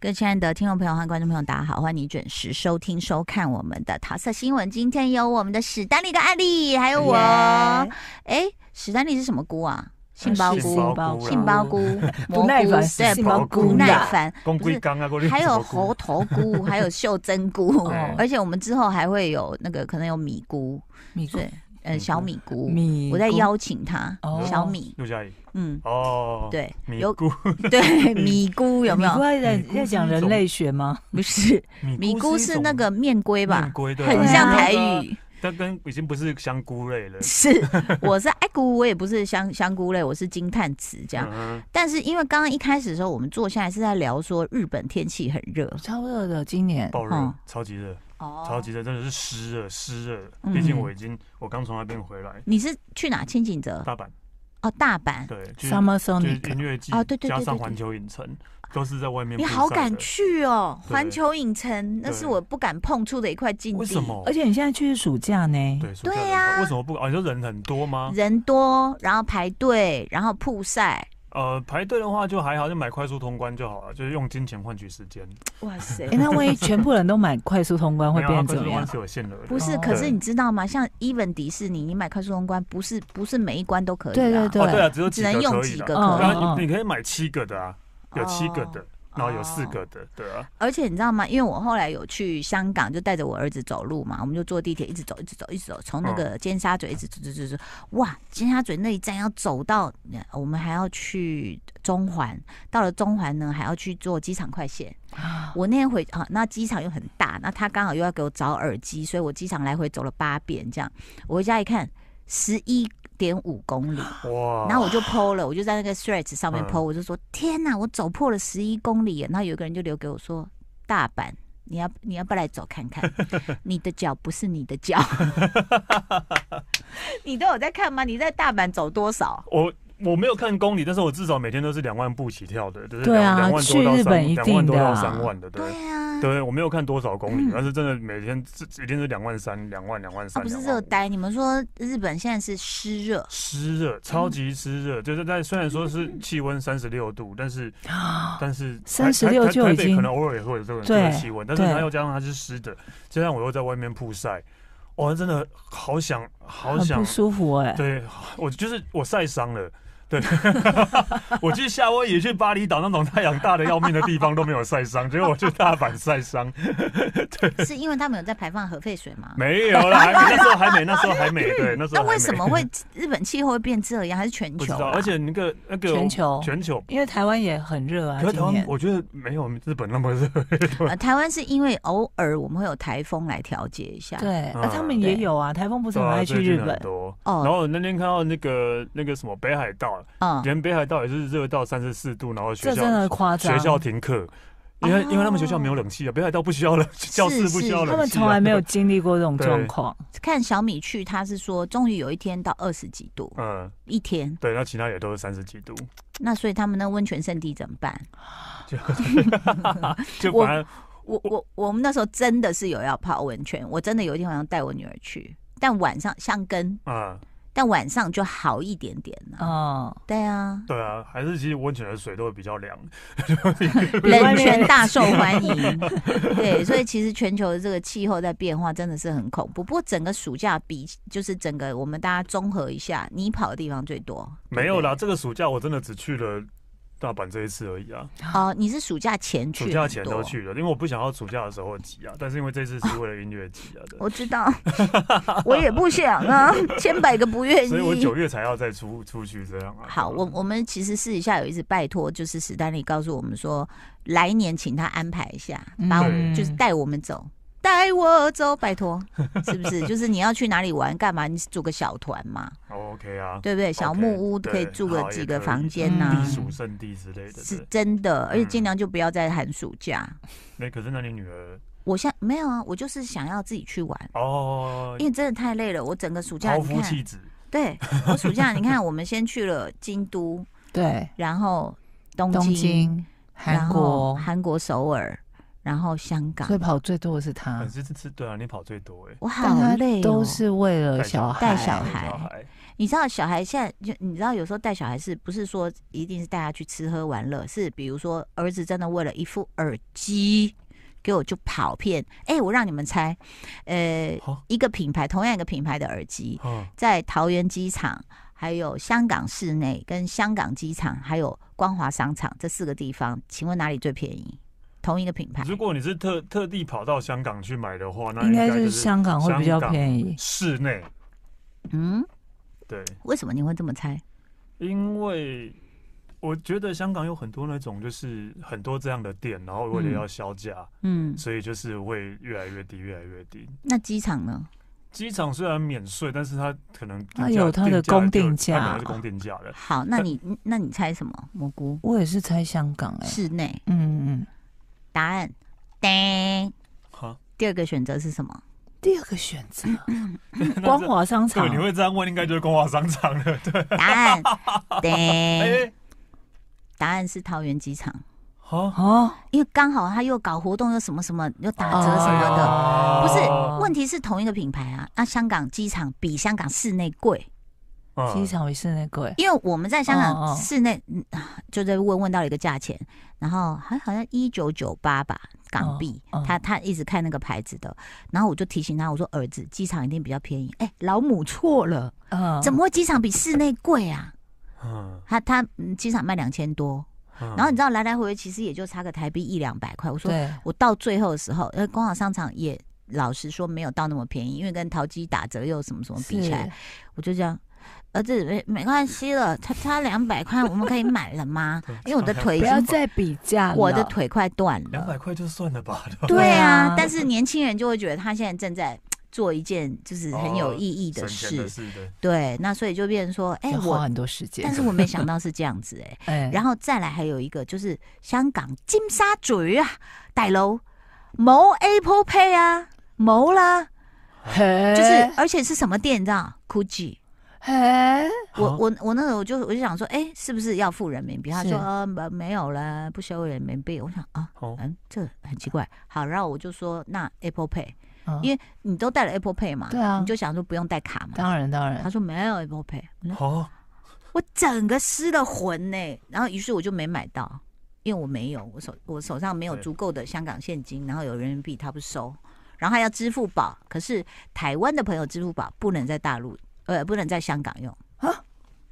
各位亲爱的听众朋友和观众朋友，大家好，欢迎你准时收听收看我们的桃色新闻。今天有我们的史丹利跟艾丽，还有我。哎、史丹利是什么菇啊？杏鲍呃杏菇、鲍菇啦杏鲍 菇、蘑菇不耐烦对，杏鲍蘑菇不耐啦烦，公不是龟缸啊，还有猴头菇，还有袖珍 菇哦，而且我们之后还会有那个可能有米菇，米对，呃，米菇小米菇，米我在菇邀请他哦，小米，陆佳怡嗯，哦，，对，米有菇 对米菇有没你不有？会在米菇在讲是一人种类学吗？不是，米菇一是种那个面龟吧面？龟对啊，很对啊像台语，但跟已经不是香菇类 了。是，我是爱菇，我也不是香香菇类，我是惊叹词这样。嗯但是因为刚刚一开始的时候，我们坐下来是在聊说日本天气很热，超热的，今年哼，爆热哦，超级热，哦超级热，真的是湿热，湿热。嗯毕竟我已经，我刚从那边回来，你是去哪？千景泽大阪，哦，大阪。对，就是 Summer 就是音 Sonic 乐季哦对对对加上对对环球影城，都是在外面。你好敢？去哦！对环球影城那是对我不敢碰触的一块禁地。为什？么而？且你现在去是暑假呢，对，暑假哎对人啊为什么不？哦，你说人很多吗？人多，然后排队，然后曝晒。呃，排队的话就还好，就买快速通关就好了，就是用金钱换取时间。哇塞哎，！那万一全部人都买快速通关会 没有变它成怎么快速通关样？是有限额的，不是，哦可是你知道吗？像 even 迪士尼，你买快速通关，不是不是每一关都可以啊。对对哦，对啊，只有只几能个用可几以个啦可嗯以。然后你你可以买七个的啊，有七个的，然后有四哦个的，对啊，而且你知道吗？因为我后来有去香港，就带着我儿子走路嘛，我们就坐地铁一直走，一直走，一直走，从那嗯个尖沙咀一直走走走走，哇，尖沙咀那一站要走到，呃我们还要去中环，到了中环呢，还要去坐机场快线。我那天回啊，那机场又很大，那他刚好又要给我找耳机，所以我机场来回走了八遍，这样我回家一看，十一点五公里。哇，然后我就 PO 了，我就在那个 Threads 上面嗯 PO，、我就说天哪，我走破了十一公里耶！然后有一个人就留给我说，大阪，你要你要不要来走看 看？你的脚不是你的脚，你都有在看吗？你在大阪走多少？我我没有看公里，但是我至少每天都是两万步起跳的，就是对啊两两万多去到日本三一两万定多的啊到三万的，对。啊，对，我没有看多少公里嗯，但是真的每天这一定是两万三、两万、两万啊三。不是2万热五呆，你们说日本现在是湿热，湿热，超级湿热，就是在虽然说是气温三十六度，但是哦但是台36台就台已北经可能偶尔也会有这种这对个气温，但是对它又加上它是湿的，加上我又在外面曝晒，哇，真的好想好很想不，舒服哎。对我就是我晒伤了。对， 我去夏威夷、去巴厘岛那种太阳大的要命的地方都没有晒伤，结果我去大阪晒伤，是因为他们有在排放核废水吗？没有啦，还没那时候还没，那时候还没，对，那时那候还为没什么会日本气候会变这样？还是全不球知啊、道？而且那个那个全球全球因为台湾也很热啊，可是今台湾年，我觉得没有日本那么热。呃，台湾是因为偶尔我们会有台风来调节一下。对，嗯啊他们也有啊，台风不是对很啊，爱去最近日很本，多。然哦，后我那天看到那个那个什么北海道，嗯，连北海道也是热到三十四度，然后学哦这真的校夸张学。校停课，因为哦因为他们学校没有冷气啊，北海道不需要冷，教室不需要冷气啊。他们从来没有经历过这种状 况，看小米去，他是说终于有一天到二十几度嗯，一天，对，那其他也都是三十几度，那所以他们那温泉圣地怎么办？就我反正我我我们那时候真的是有要泡温泉，我真的有一天晚上带我女儿去，但晚上像跟，啊，但晚上就好一点点了。嗯，对 啊，对啊，还是其实温泉的水都会比较凉。冷泉大受欢 迎。对，所以其实全球的这个气候在变化，真的是很恐怖。不过整个暑假比就是整个我们大家综合一下，你跑的地方最多。对不对没有啦，这个暑假我真的只去了大阪这一次而已啊。哦、你是暑假前去，暑假前都。去了，因为我不想要暑假的时候挤啊，但是因为这次是为了音乐季啊，对，我知道， 我也不想 啊，千百个不愿意。所以我九月才要再出出去这样啊。好，我我们其实私底下有一直拜托，就是史丹利告诉我们说，来年请他安排一下，把我们、嗯就是带我们走，带我走，拜托， 是不是？就是你要去哪里玩，干嘛？你组个小团嘛，哦 OK 啊，对不对？小木屋 OK，可以住个对几个好也可以房间呐、避嗯暑圣地之类的，是对。真的，而且嗯尽量就不要在寒暑假。那哎可是那你女儿我现在没有啊，我就是想要自己去玩，哦因，为真的太累了，我整个暑假抛你夫看。弃子，对我暑假，你看，我们先去了京都，对，然后东东京、韩然后国、韩国首尔，然后香港所，以跑最多的是嗯他粉，丝是是，对啊，你跑最多哎，我好但他累、哦，都是为了小孩，带小孩小孩，你知道小孩现在就你知道有时候带小孩是不是说一定是带他去吃喝玩乐？是比如说儿子真的为了一副耳机给我就跑遍。哎、我让你们猜，呃，好，一个品牌同样一个品牌的耳机，嗯，在桃园机场、还有香港市内、跟香港机场、还有光华商场这四个地方，请问哪里最便宜？同一个品牌，如果你是特特地跑到香港去买的话，那应该就是香港会比较便宜。室内，嗯，对，为什么你会这么猜？因为我觉得香港有很多那种就是很多这样的店，然后为了要销价，嗯，所以就是会越来越低，越来越低。那机场呢？机场虽然免税，但是它可能定它价有它的公定价它可能是公定价的。好，那你那你猜什么？蘑菇我也是猜香港哎、室内嗯嗯嗯。答案，叮。哈，第二个选择是什么？第二个选择，嗯那这 光华商场对，你会这样问，应该就是光华商场了。对，答案， 对，哎，答案是桃园机场，好，哦，因为刚好他又搞活动，又什么什么，又打折什么的。哦不是，哦问题是同一个品牌啊。那香港机场比香港室内贵，问机场也是那个哎、因为我们在香哦港哦室内嗯啊就在问问到了一个价钱，然后还好像一九九八吧港币哦哦，他他一直看那个牌子的，然后我就提醒他，我说儿子，机场一定比较便宜。哎，老母错了，嗯，怎么会机场比室内贵啊？嗯，他他嗯机场卖两千多，哦然然后你知道来来回回其实也就差个台币一两百块。我说嗯对？我到最后的时候，呃，光华商场也老实说没有到那么便宜，因为跟淘机打折又什么什么比起来是，，我就这样。儿子没没关系了，他差两百块我们可以买了 吗对？哎哎因为我的腿已呃不要经，再比价了，我的腿快断两百了。块就算了吧。对吧对啊啊，但是年轻人就会觉得他现在正在做一件就是很有哦意义的省钱事的，事，对，对，那所以就变成说，哎，要花我，很多时间但。是我没想到是这样 子，哎，哎然后再来还有一个就是香港金沙咀啊，大楼某 Apple Pay 啊，某啦，嘿就是而且是什么店你知道？Gucci。嘿，我啊我我那时候我就我就想说，哎，是不是要付人民币？他是说呃没没有了，不收人民币。我想啊，好，嗯，这很奇怪。好，然后我就说那 Apple Pay，嗯因为你都带了 Apple Pay 嘛，对啊你就想说不用带卡嘛。当然当然他，说没有 Apple Pay，我说好，我整个失了魂呢、然后于是我就没买到，因为我没有，我手我手上没有对足够的香港现金，然后有人民币他不收，然后还要支付宝，可是台湾的朋友支付宝不能在大陆，呃，不能在香港用啊，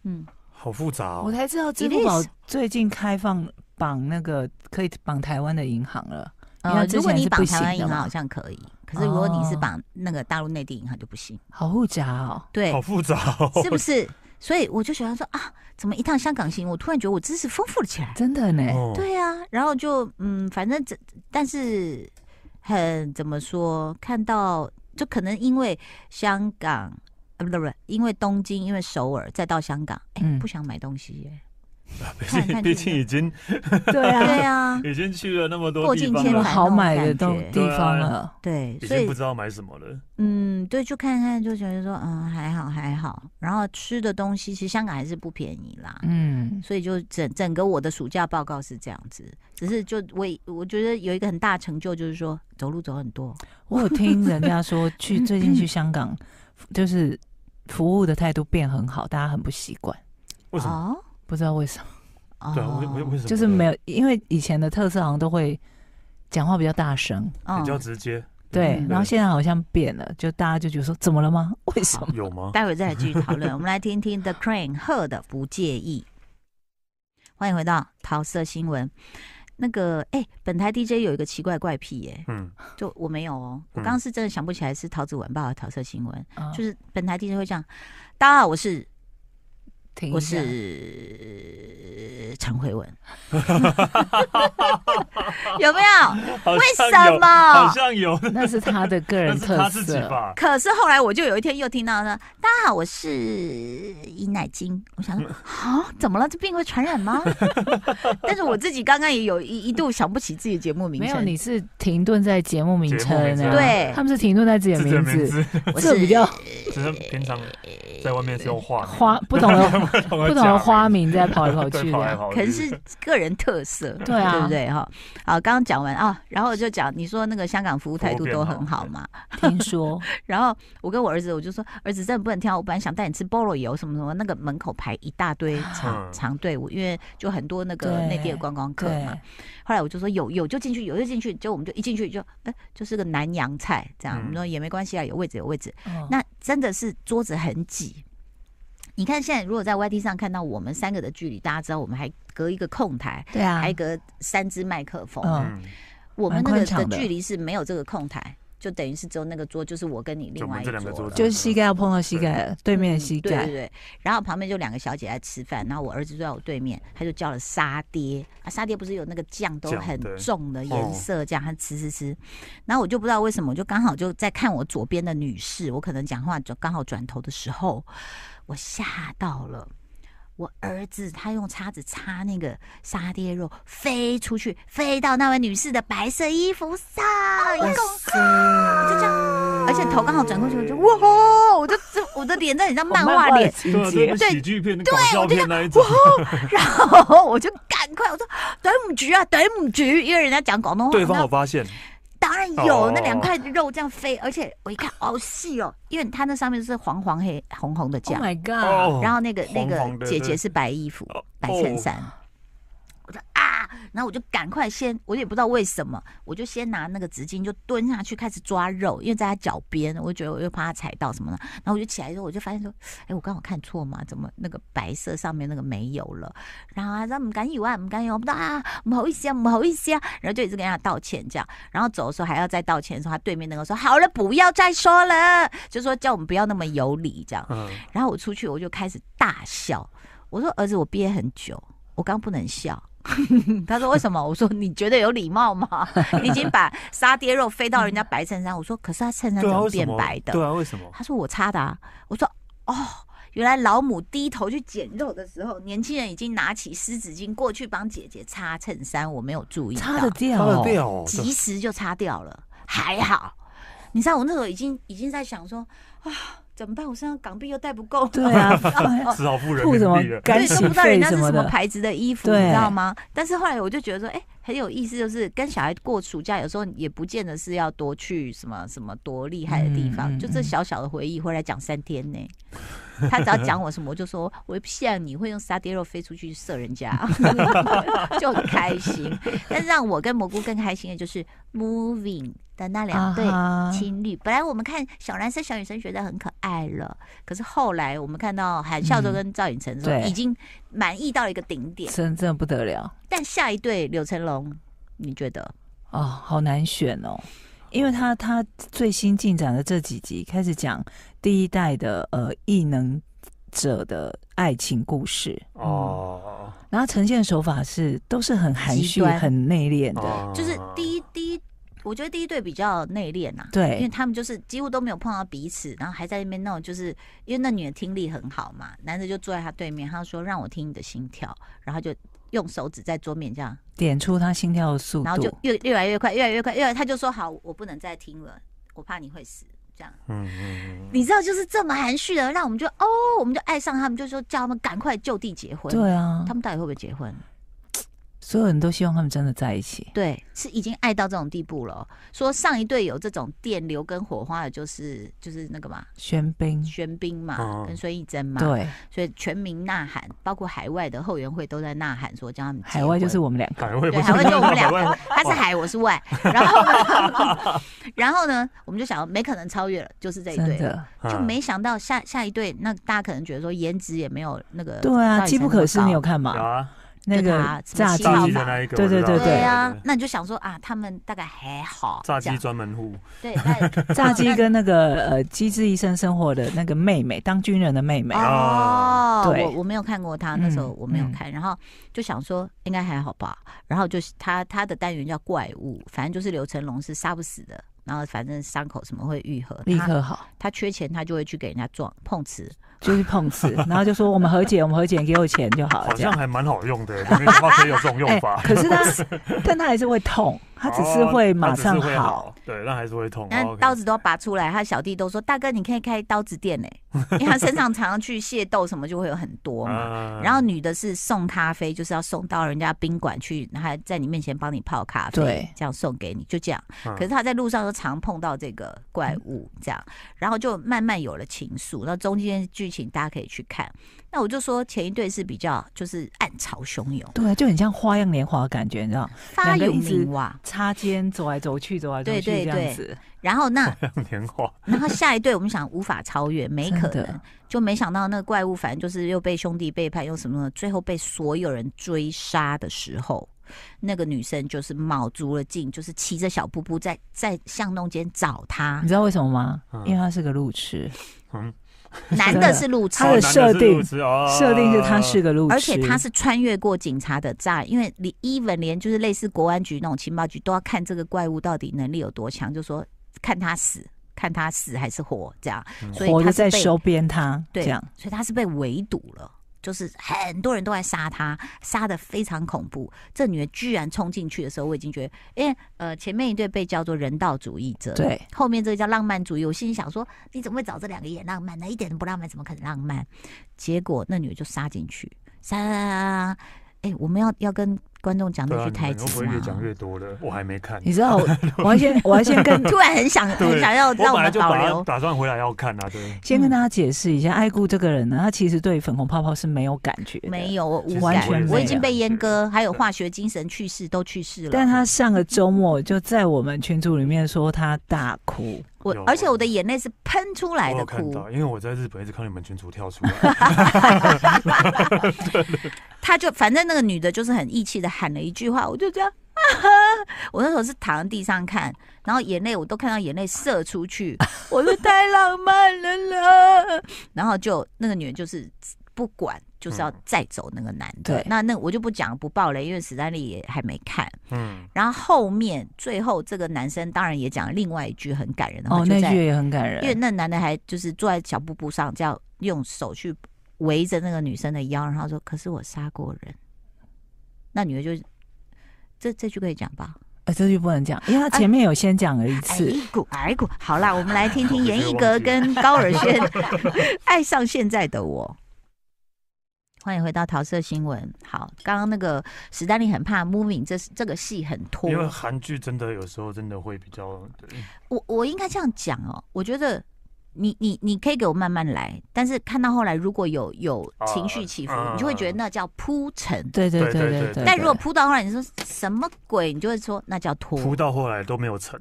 嗯，好复杂我哦。才知道 is 支付宝最近开放绑那个可以绑台湾的银行了。因呃为，之前如果你是绑不台湾银行的行嘛好像可以，可是如果你是哦绑那个大陆内地银行就不行，好复杂哦，对好，复杂哦，是不是？所以我就喜欢说啊，怎么一趟香港行，我突然觉得我知识丰富了起来。真的呢。哦？对啊，然后就嗯，反正这但是很怎么说，看到就可能因为香港啊，不对不对，因为东京，因为首尔，再到香港，哎、嗯不想买东西 耶。毕看来看竟起毕来竟已经对 对啊，啊，已经去了那么过多地境方天有堂了，好买的东感觉地方了。对，啊已所经以不知道买什么了。嗯，对，就看看就觉得说，嗯，还好还好。然后吃的东西，其实香港还是不便宜啦。嗯，所以就整整个我的暑假报告是这样子，只是就我我觉得有一个很大成就，就是说走路走很多，我有听人家说，去最近去香港，就是服务的态度变很好，大家很不习惯，为什么？么？不知道为什么，哦，对啊，为为为什么？就是没有，因为以前的特色好像都会讲话比较大声，嗯比较直接。对嗯，然后现在好像变了，就大家就觉得说怎么了吗？为什么？有吗？待会儿再来继续讨论。我 们来听听 The Crane 贺的不介意。欢迎回到桃色新闻。那个，哎、本台 DJ 有一个奇怪怪癖、耶，嗯，就我没有哦。我刚刚是真的想不起来是桃子晚报还是桃色新闻，啊就是本台 DJ 会这样。大家好，我是停一我下是呃陈慧文， 有没有？好为像什有？ 好么？像有，那是他的个 但人是特他自己色。吧。可是后来我就有一天又听到呢，大家好，我是尹乃金。我 想说，啊，怎么了？这病会传染吗？ 但是我自己刚刚也有一一度想不起自己的节目名没有，称。你是停顿在节目名称节啊，目名称对他们是停顿在自己自的己的名名字，字，我这是比较只是平常在外面是用画名 花不懂的不同不的同的假花名，名在跑来跑对去跑来的，跑可能去是个人特色，对啊对不对哈？好，刚刚讲完啊，然后我就讲你说那个香港服务态度都很好嘛，听说然后我跟我儿子我就说，儿子真的不能挑，我本来想带你吃菠萝油什么什么，那个门口排一大堆长、嗯长队伍，因为就很多那个啊对内地的观光客对嘛。后来我就说有有就进去，有就进去，结果我们就一进去就哎、就是个南洋菜这样，嗯我们说也没关系啊，有位置有位置。哦那真的是桌子很挤。你看现在如果在 YT 上看到我们三个的距离，大家知道我们还隔一个空台，对啊还隔三支麦克风，嗯嗯，我们蛮那个宽敞的距离是没有这个空台，就等于是只有那个桌，就是我跟你就另我外们一这两个桌桌了子就是膝盖要碰到膝盖了，对面的膝嗯对对盖，哦对，然后旁边就两个小姐在吃饭，然后我儿子坐在我对面，他就叫了沙爹啊，沙爹不是有那个酱都酱很对重的颜哦色，这样他吃吃吃，然后我就不知道为什么，我就刚好就在看我左边的女士，我可能讲话就刚好转头的时候，我吓到了。我儿子他用叉子插那个沙爹肉，飞出去，飞到那位女士的白色衣服上，一共就这样，而且头刚好转过去，我就哇吼，我就这我的脸在哦你像漫画脸，情对啊，节对这，是喜剧片、搞笑片那一种，哦 然后我就赶快我说短母菊啊，短母菊，因为人家讲广东话，对方那有发现，当然有哦那两块肉这样飞，而且我一看好细哦，因为它那上面是黄黄黑红红的酱 Oh，my Oh god！哦，然后那个那黄黄个的姐对姐是白衣服哦白衬衫，我说啊，然后我就赶快先，我也不知道为什么，我就先拿那个纸巾就蹲下去开始抓肉，因为在她脚边，我就觉得我又怕她踩到什么了，然后我就起来之后，我就发现说，哎，我刚好看错嘛，怎么那个白色上面那个没有了？然后他说唔紧要啊，唔紧要，我不知道啊，唔好意思啊，唔好意思啊，然后就一直跟他道歉这样，然后走的时候还要再道歉的时候，他对面那个说好了，不要再说了，就说叫我们不要那么有理这样。嗯，然后我出去我就开始大笑，我说儿子，我憋很久，我刚不能笑。 他说为什么？我说你觉得有礼貌吗？ 你已经把沙爹肉飞到人家白衬衫，我说可是他衬衫怎对啊，么为什变么白？的？对啊，为什哦么？他说我擦的、啊，我说哦，原来老母低头去捡肉的时候，年轻人已经拿起湿纸巾过去帮姐姐擦衬衫，我没有注意到，擦得掉他的哦，掉哦，及时就擦掉了，还好。你知道我那时候已经已经在想说啊，怎么办？我身上港币又带不够，对 啊，只好付人吐民什么币了，对，干都洗不知道人费家是什么什么的，牌子的衣服，你对知道吗？但是后来我就觉得说，哎、很有意思，就是跟小孩过暑假，有时候也不见得是要多去什么什么多厉害的地方，嗯嗯就这小小的回忆回来讲三天 呢、他只要讲我什么，我就说我骗你会用沙爹肉飞出去射人 家， 就很开心。但是让我跟蘑菇更开心的就是 Moving 的那两对啊哈情侣。本来我们看小男生、小女生觉得很可爱了，可是后来我们看到韩孝周跟赵寅成的时候，嗯对已经满意到了一个顶点。真真的不得了但下一对柳成龙，你觉得？哦，好难选哦，因为他他最新进展的这几集开始讲第一代的呃异能者的爱情故事，嗯哦，然后呈现手法是都是很含极蓄、端很内敛的，哦就是第一第一，我觉得第一对比较内敛呐。因为对他们就是几乎都没有碰到彼此，然后还在那边弄，就是因为那女的听力很好嘛，男的就坐在她对面，他说让我听你的心跳，然后就用手指在桌面这样，点出他心跳的速然后就度，越越来越快，越来越快，越来他就说好，我不能再听了，我怕你会死，这样。嗯嗯嗯，你知道，就是这么含蓄的，让我们就哦，我们就爱上他们，就说叫他们赶快就地结婚。，对啊他，们到底会不会结婚？所有人都希望他们真的在一起。对，是已经爱到这种地步了哦。说上一对有这种电流跟火花的，就是就是那个嘛，玄彬，玄彬嘛，嗯跟孙艺珍嘛，，对，所以全民呐喊，包括海外的后援会都在呐喊说叫他们结海外就是婚我们两个，海外对，不海外就我们两海个外，他是海，我是外，然后呢 然后呢，我们就想说没可能超越了，就是这一对真了。的，嗯就没想到下下一对，那大家可能觉得说颜值也没有那个对啊，赵机寅成不那可么失，你有高看有吗？啊，那就个他什么炸七鸡，号炸吧鸡的那一个，对我知道对对啊对，那你就想说啊，他们大概还好，炸这鸡样专门户，对， 但炸鸡但跟那个呃《机智医生生活》的那个妹妹，当军人的妹妹，哦，对我我没有看过他，那时候嗯我没有看，然后就想说应该还好吧，然后就是他他的单元叫怪物，反正就是刘成龙是杀不死的，然后反正伤口什么会愈合，立他刻好，哦他缺钱他就会去给人家撞碰瓷，就去碰瓷， 然后就说我们和解，我们和解，你给我钱就好了好，这像 样。哎还蛮好用的，没想到可以有这种用法。可是他，但他还是会痛，他只是会马上哦它只是会好。好，对，那还是会痛。那哦，OK 刀子都拔出来，他小弟都说：“大哥，你可以开刀子店呢、欸 因为他身上常常去械斗什么，就会有很多嘛。啊然后女的是送咖啡，就是要送到人家宾馆去，还在你面前帮你泡咖啡，对这样送给你，就这样。嗯可是他在路上都常碰到这个怪物，这样，然后就慢慢有了情愫。那中间剧情大家可以去看。那我就说前一对是比较就是暗潮汹涌，对，就很像花样年华的感觉，你知道，发两个有一直名哇。擦肩走来走去，走来走去对对这样子。然后那像年华， 然后下一对我们想无法超越，没可能真的，就没想到那个怪物，反正就是又被兄弟背叛，又什么，最后被所有人追杀的时候，那个女生就是卯足了劲，就是骑着小布布在 在巷弄间找他你。知道为什么吗？嗯因为他是个路痴，嗯，男的是路痴哦他，的设定设设定是他是个路痴，而且他是穿越过警察的栅，因为你 even 连就是类似国安局那种情报局都要看这个怪物到底能力有多强，就说看他死，看他死还是活这样，嗯所以活他着是在被收编他，对，这样所以他是被围堵了。就是很多人都在杀他，杀的非常恐怖。这女的居然冲进去的时候，我已经觉得，因为呃，前面一对被叫做人道主义者，对，后面这个叫浪漫主义。我心里想说，你怎么会找这两个演浪漫呢？一点都不浪漫，怎么可能浪漫？结果那女的就杀进去，杀杀杀杀杀。哎，我们要要跟观众讲那对啊，句你台们会不词会吗越？讲越多了？我还没看，你知道我，我要先我要先跟突然很想很对想要我让本来们就把保它留，打算回来要看啊，对，嗯先跟大家解释一下，爱顾这个人呢，他其实对粉红泡泡是没有感觉的，没有我无其实完感全没，有我已经被阉对割，还有化学精神去世都去世了。但他上个周末就在我们群组里面说他大哭，我有而且我的眼泪是喷出来我的有看哭，到，因为我在日本一直看你们群主跳出来， 他就反正那个女的就是很义气的喊了一句话，我就这样， 啊哈我那时候是躺在地上看，然后眼泪我都看到眼泪射出去，我说太浪漫了啦，然后就那个女人就是不管。就是要嗯再走那个男的，对那那我就不讲不爆雷，因为史丹利也还没看。嗯，然后后面最后这个男生当然也讲了另外一句很感人的话，哦，就那在句也很感因为人，那男的还就是坐在小布布上，这样用手去围着那个女生的腰，然后说：“可是我杀过人。”那女的就这这句可以讲吧？呃，这句不能讲，因为他前面有先讲了一哎次，一股哎一股，好啦，我们来听听我严直接艺忘格记跟高尔宣 爱上现在的我。欢迎回到桃色新闻。好，刚刚那个史丹利很怕《Moving》这这个戏很拖，因为韩剧真的有时候真的会比较，对我我应该这样讲哦，我觉得你你你可以给我慢慢来，但是看到后来如果有有啊情绪起伏，嗯你就会觉得那叫铺陈。对对对对对对对对，但如果铺到后来，你说什么鬼，你就会说那叫拖，铺到后来都没 有 成，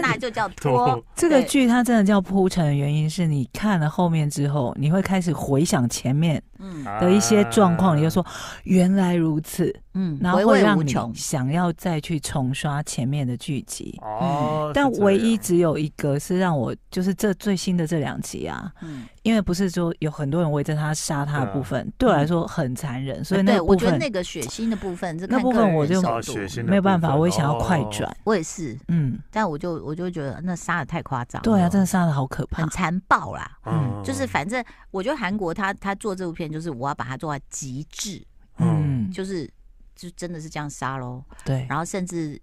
那就叫拖拖。这个对剧它真的叫铺陈的原因是你看了后面之后，你会开始回想前面嗯的一些状况，你就啊说原来如此，嗯，然后回会味让无你穷。想要再去重刷前面的剧集。哦，嗯但是这唯一样只有一个是让我，就是这最新的这两集啊，嗯，因为不是说有很多人围着他杀他啊的部分，对我嗯来说很残忍，所以那呃对，个我部觉得分那个血腥的部分，这那看部个人分我就受哦度血腥的没有办部法，分哦我也想要快转。，我也是，嗯，但我就我就觉得那杀的太夸张了，对啊，真的杀的好可怕很，残暴啦。哦嗯就是反正我觉得韩国他他做这部片，就是我要把它做到极致，嗯嗯，就是就真的是这样杀喽。对，然后甚至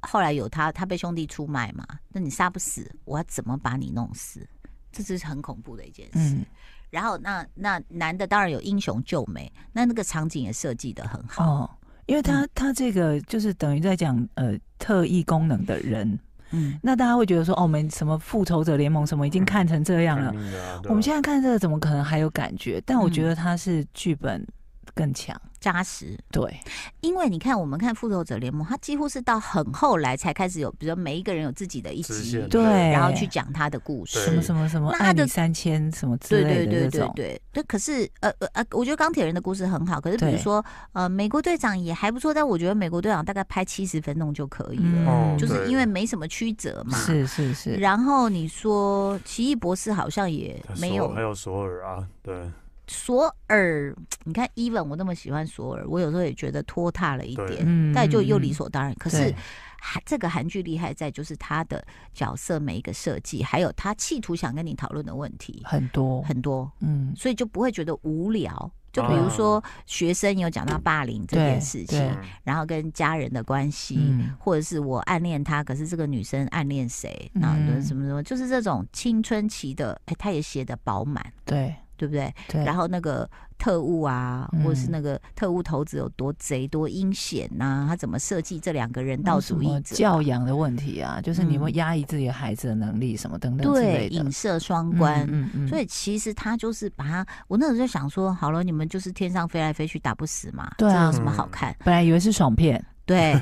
后来有他，他被兄弟出卖嘛，那你杀不死，我要怎么把你弄死？这就是很恐怖的一件事。嗯，然后那那男的当然有英雄救美，那那个场景也设计的很好。哦，因为嗯他他这个就是等于在讲呃特异功能的人，嗯，那大家会觉得说哦，我们什么复仇者联盟什么嗯已经看成这样了，啊我们现在看这个怎么可能还有感觉？但我嗯觉得他是剧本更强，扎实。对，因为你看，我们看《复仇者联盟》，它几乎是到很后来才开始有，比如说每一个人有自己的一直集线，对然后去讲他的故对什事么。什么什么那他爱的你三千什么之对类对的对这对种，对对，可是呃呃呃，我觉得钢铁人的故事很好，可是比如对说呃，美国队长也还不错，但我觉得美国队长大概拍七十分钟就可以了，哦嗯就是对因为没什么曲折嘛。。是是是，然后你说奇异博士好像也没有有还，有索尔啊，对，索尔，你看，even 我那么喜欢索尔，我有时候也觉得拖沓了一对点，嗯但就又理所当然。可是对韩这个韩剧厉害在就是它的角色每一个设计，还有他企图想跟你讨论的问题很多，很多，嗯，所以就不会觉得无聊。就比如说学生有讲到霸凌这哦对件事对情，嗯然后跟家人的关系，嗯或者是我暗恋他，可是这个女生暗恋谁，然后嗯什么什么，就是这种青春期的，哎，他也写的饱满，对对不对？对，然后那个特务啊，嗯或者是那个特务头子有多贼多阴险呐、他怎么设计这两个人道主义哦什么者？教养的问题啊，就是你会嗯压抑自己的孩子的能力什么等等之对，类的影，射双嗯关。嗯嗯所以其实他就是把他，我那时候就想说，好了，你们就是天上飞来飞去打不死嘛，对啊这有什么好看？本来以为是爽片，对，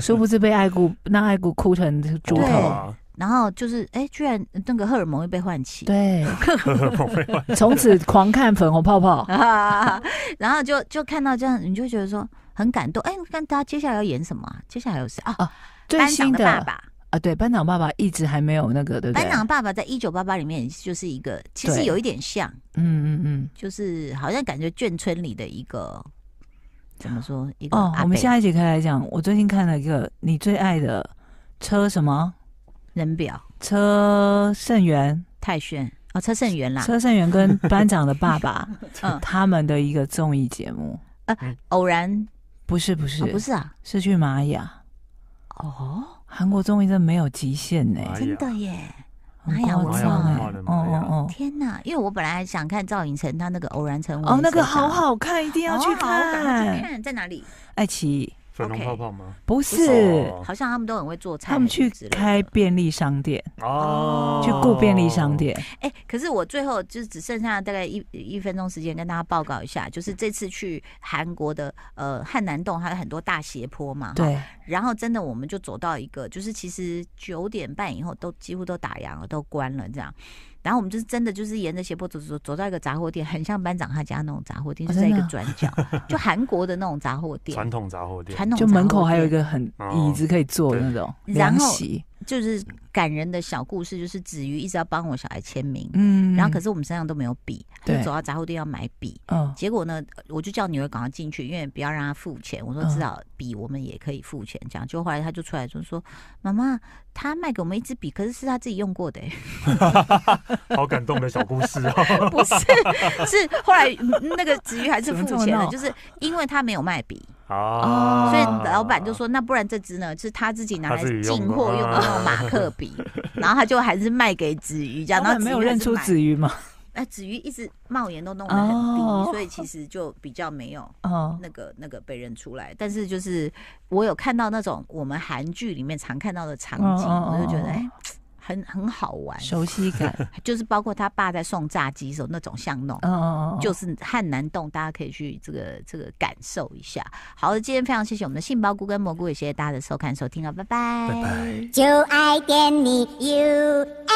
殊不知被爱故让爱故哭成猪对头，哇，然后就是哎，居然那个荷尔蒙又被唤起， 对，我没办法从此狂看粉红泡泡，啊，然后就就看到这样，你就觉得说很感动。哎，看大家接下来要演什么啊、接下来有谁啊？呃最班长新的爸爸，啊，对，班长爸爸一直还没有那个，对不对？班长，爸爸在一九八八里面就是一个，其实对有一点像，嗯嗯嗯，就是好像感觉眷村里的一个怎么说一个哦，阿我伯们下一节课来讲，我最近看了一个你最爱的车什么人表车胜元，泰炫哦，车胜元啦，车胜 元跟班长的爸爸嗯， 他们的一个综艺节目，偶然不是不是、哦不是啊，是去玛雅，哦，韩国综艺真的没有极限呢、哎呀真的耶，很玛雅夸文张化哎、玛哦雅文化的玛雅哦哦。天哪！因为我本来想看赵寅成他那个偶然成为哦，那个社长好，好看，一定要哦去好我赶快去看。看在哪里？爱奇艺粉红 OK 泡泡吗？不是，哦好像他们都很会做菜，他们去开，便利商店，哦，去雇便利商店。哎、可是我最后就只剩下大概一一分钟时间跟大家报告一下，就是这次去韩国的呃汉南洞还有很多大斜坡嘛，哈，对，然后真的我们就走到一个，就是其实九点半以后都几乎都打烊了，都关了这样。然后我们就是真的就是沿着斜坡走走走走到一个杂货店，很像班长他家那种杂货店，哦就在一个真转角，就韩国的那种杂货店，传统杂货店，传统就杂门口货还有一店个很哦椅子可以坐的那种对然凉后席。就是感人的小故事，就是子瑜一直要帮我小孩签名，嗯，然后可是我们身上都没有笔，他对就走到杂货店要买笔，嗯结果呢，我就叫女儿赶快进去，因为不要让她付钱。我说嗯至少笔我们也可以付钱，这样。就后来她就出来就说：“妈妈，她卖给我们一支笔，可是是她自己用过的、欸 好感动的小故事哦。不是，是后来嗯那个子瑜还是怎么付这么钱了，闹就是因为她没有卖笔，啊哦所以老板就说：那不然这支呢是她自己拿来她自己用进的货用的那种啊马克 笔，然后她就还是卖给子瑜这样。老然后板没有瑜还认是出买子瑜吗？哎，子瑜一直帽檐都弄得很低，哦所以其实就比较没有哦，那个那个被认出来。但是就是我有看到那种我们韩剧里面常看到的场景，嗯嗯嗯我就觉得嗯哎、很很好玩。 熟悉 感，就是包括他爸在送炸鸡的时候那种巷弄。嗯嗯嗯，就是是汉南洞，大家可以去这个这个感受一下。好的，今天非常谢谢我们的杏鲍菇跟蘑菇，也谢谢大家的收看收听哦，拜拜拜拜。就爱点你 UFO。